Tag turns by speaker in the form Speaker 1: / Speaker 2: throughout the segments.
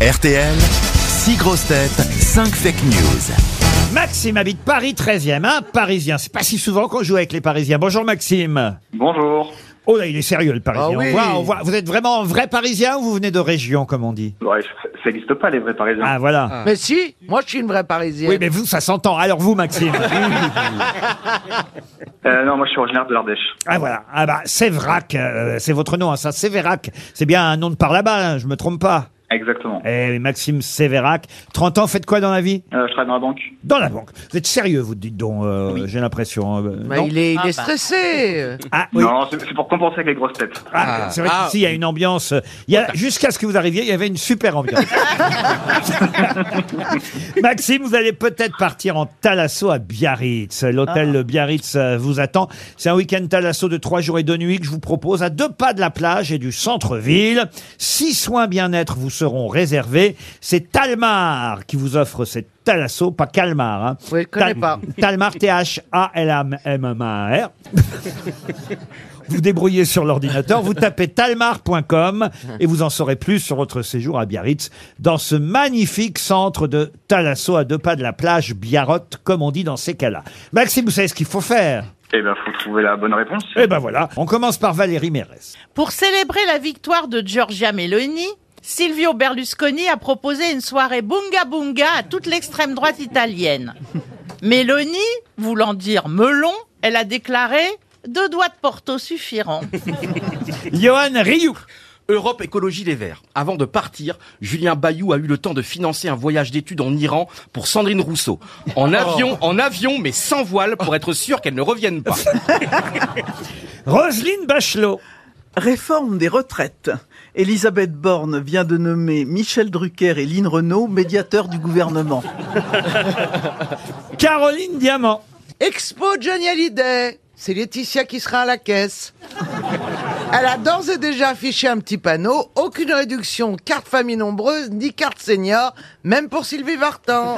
Speaker 1: RTL, 6 grosses têtes, 5 fake news.
Speaker 2: Maxime habite Paris 13e, un Parisien. C'est pas si souvent qu'on joue avec les Parisiens. Bonjour Maxime.
Speaker 3: Bonjour.
Speaker 2: Oh là, il est sérieux le Parisien. on voit, on voit. Vous êtes vraiment un vrai Parisien ou vous venez de région, comme on dit
Speaker 3: Ouais, ça ça n'existe pas les vrais parisiens.
Speaker 2: Ah voilà.
Speaker 4: Mais si, moi je suis une vraie parisienne.
Speaker 2: Oui, mais vous, ça s'entend. Alors vous, Maxime.
Speaker 3: Euh, non, moi je suis originaire de l'Ardèche.
Speaker 2: ah voilà. Ah bah, Séverac, euh, c'est votre nom, hein, ça, Sévérac. C'est bien un nom de par là-bas, hein, je me trompe pas.
Speaker 3: Exactement.
Speaker 2: Eh, Maxime Sévérac. 30 ans, faites quoi dans la vie
Speaker 3: Euh, je travaille dans la banque.
Speaker 2: Dans la banque. Vous êtes sérieux, vous dites donc, euh, j'ai l'impression. euh,
Speaker 4: Mais
Speaker 2: non
Speaker 4: Bah, il est, il est stressé.
Speaker 2: Ah, oui.
Speaker 3: Non, c'est c'est pour compenser avec les grosses têtes.
Speaker 2: Ah, c'est vrai qu'ici, il y a une ambiance. euh, Il y a- Jusqu'à ce que vous arriviez, il y avait une super ambiance. Maxime, vous allez peut-être partir en Thalasso à Biarritz. L'hôtel Le Biarritz euh, vous attend. C'est un week-end Thalasso de trois jours et deux nuits que je vous propose à deux pas de la plage et du centre-ville. Six soins bien-être vous seront réservés. C'est Talmar qui vous offre cette Thalasso, pas Calmar. Hein.
Speaker 4: Oui, je connais pas.
Speaker 2: Talmar, T-H-A-L-M-M-A-R. Vous débrouillez sur l'ordinateur, vous tapez talmar.com et vous en saurez plus sur votre séjour à Biarritz dans ce magnifique centre de Thalasso à deux pas de la plage Biarrotte, comme on dit dans ces cas-là. Maxime, vous savez ce qu'il faut faire
Speaker 3: Eh ben, faut trouver la bonne réponse.
Speaker 2: Eh ben voilà, on commence par Valérie Mérès.
Speaker 5: Pour célébrer la victoire de Giorgia Meloni, Silvio Berlusconi a proposé une soirée bunga bunga à toute l'extrême droite italienne. Meloni, voulant dire melon, elle a déclaré deux doigts de Porto suffiront.
Speaker 2: Johan Rioux,
Speaker 6: Europe Écologie Les Verts. Avant de partir, Julien Bayou a eu le temps de financer un voyage d'études en Iran pour Sandrine Rousseau.
Speaker 7: Oh.
Speaker 6: En avion, en avion, mais sans voile pour être sûr qu'elle ne revienne pas.
Speaker 2: Roselyne Bachelot,
Speaker 8: Réforme des retraites. Elisabeth Borne vient de nommer Michel Drucker et Lynn Renault médiateurs du gouvernement.
Speaker 2: Caroline Diamant,
Speaker 4: Expo Johnny Hallyday. C'est Laetitia qui sera à la caisse. Elle a d'ores et déjà affiché un petit panneau. Aucune réduction, carte famille nombreuse, ni carte senior, même pour Sylvie Vartan.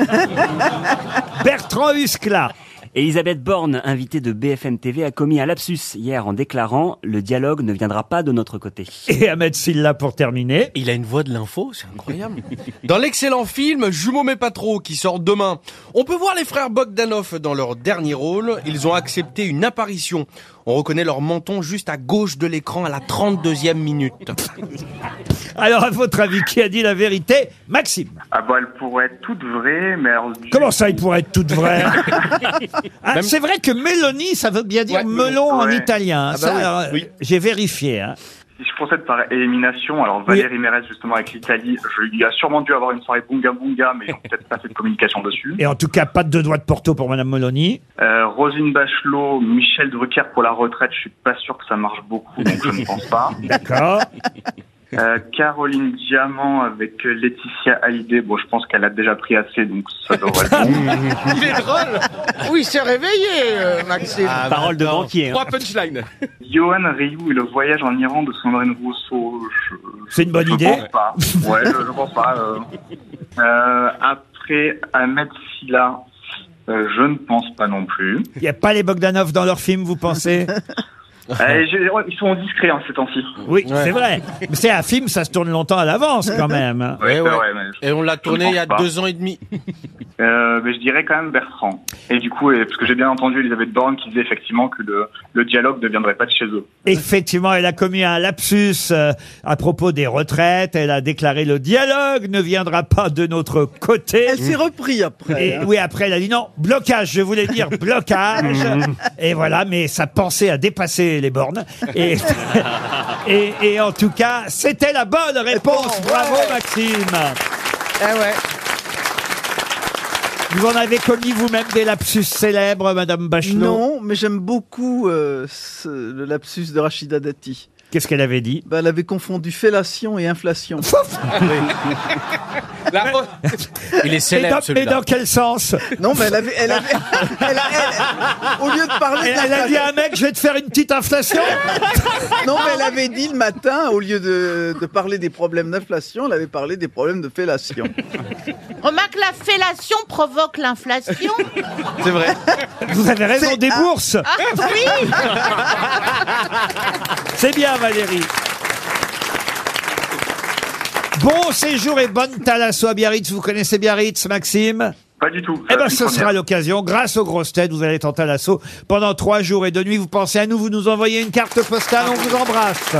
Speaker 2: Bertrand Huskla,
Speaker 9: Elisabeth Borne, invitée de BFM TV, a commis un lapsus hier en déclarant « Le dialogue ne viendra pas de notre côté
Speaker 2: et Ahmed Silla pour terminer.
Speaker 7: Il a une voix de l'info, c'est incroyable. Dans l'excellent film Jumeaux mais pas trop qui sort demain, on peut voir les frères Bogdanov dans leur dernier rôle. Ils ont accepté une apparition. On reconnaît leur menton juste à gauche de l'écran à la 32e minute.
Speaker 2: Alors à votre avis, qui a dit la vérité Maxime.
Speaker 3: Ah bah, elle pourrait être toute vraie, mais alors, du-
Speaker 2: Comment ça, il pourrait être tout vrai Ah, C'est vrai que Mélanie, ça veut bien dire
Speaker 6: Ouais,
Speaker 2: melon en
Speaker 3: ouais.
Speaker 2: italien. hein. Ça, alors, euh, J'ai vérifié. hein.
Speaker 3: si je procède par élimination, alors Valérie Mérez, justement, avec l'Italie, je- il a sûrement dû avoir une soirée bunga bunga, mais ils n'ont peut-être pas fait de communication dessus.
Speaker 2: Et en tout cas, pas de deux doigts de Porto pour Madame Mélanie.
Speaker 3: Euh, Rosine Bachelot, Michel Drucker pour la retraite, je suis pas sûr que ça marche beaucoup, donc je ne pense pas.
Speaker 2: D'accord.
Speaker 3: Euh, Caroline Diamant avec euh, Laetitia Hallyday, bon, je pense qu'elle a déjà pris assez, donc ça devrait être bon.
Speaker 6: Il est drôle.
Speaker 4: Oui, il s'est réveillé, euh, Maxime.
Speaker 8: Ah.
Speaker 9: Parole de banquier. hein.
Speaker 6: Trois punchlines.
Speaker 3: Johan Ryu et le voyage en Iran de Sandrine Rousseau. je-
Speaker 2: C'est une bonne
Speaker 3: je
Speaker 2: idée.
Speaker 3: Pense pas. Ouais, je, je pense pas. euh. Euh, après Ahmed Silla, euh, je ne pense pas non plus.
Speaker 2: Il n'y a pas les Bogdanov dans leur film, vous pensez
Speaker 3: Euh, j'ai- ouais, ils sont discrets hein, ces temps-ci.
Speaker 2: Oui, c'est vrai. Mais c'est un film, ça se tourne longtemps à l'avance quand même. hein.
Speaker 3: Ouais,
Speaker 7: Ouais,
Speaker 3: c'est
Speaker 7: ouais.
Speaker 3: vrai, mais je-
Speaker 7: Et on l'a tourné il y a
Speaker 3: pas.
Speaker 7: deux ans et demi.
Speaker 3: Euh, mais je dirais quand même Bertrand. Et du coup, euh, parce que j'ai bien entendu Elisabeth Borne qui disait effectivement que le, le dialogue ne viendrait pas de chez eux.
Speaker 2: Effectivement, elle a commis un lapsus euh, à propos des retraites. Elle a déclaré le dialogue ne viendra pas de notre côté.
Speaker 8: Elle s'est repris après. hein.
Speaker 2: Et oui, après, elle a dit non, blocage, je voulais dire blocage. et voilà, mais sa pensée a dépassé les bornes. Et, et, et en tout cas, c'était la bonne réponse. Bravo, Maxime.
Speaker 4: Eh ouais.
Speaker 2: Vous en avez commis vous-même des lapsus célèbres, Madame Bachelot.
Speaker 8: Non, mais j'aime beaucoup euh, ce- le lapsus de Rachida Dati.
Speaker 2: Qu'est-ce qu'elle avait dit
Speaker 8: Bah, elle avait confondu fellation et inflation.
Speaker 7: La- oh. Il
Speaker 2: et
Speaker 7: est
Speaker 2: dans,
Speaker 7: célèbre
Speaker 2: et dans
Speaker 7: celui-là.
Speaker 2: quel sens
Speaker 8: Non, mais elle avait, elle avait- elle a- elle- au lieu de parler
Speaker 2: elle,
Speaker 8: de la
Speaker 2: elle a dit Ah, à un mec, je vais te faire une petite inflation.
Speaker 8: non, mais elle avait dit le matin, au lieu de, de parler des problèmes d'inflation, elle avait parlé des problèmes de fellation.
Speaker 5: Remarque, la fellation provoque l'inflation.
Speaker 7: C'est vrai.
Speaker 2: Vous avez raison, des bourses.
Speaker 5: Ah oui
Speaker 2: C'est bien, Valérie. Bon séjour et bonne thalasso à Biarritz. Vous connaissez Biarritz, Maxime
Speaker 3: Pas du tout.
Speaker 2: eh ben, ce sera l'occasion. Grâce aux grosses têtes, vous allez tenter l'assaut pendant trois jours et deux nuits. Vous pensez à nous, vous nous envoyez une carte postale, on vous embrasse.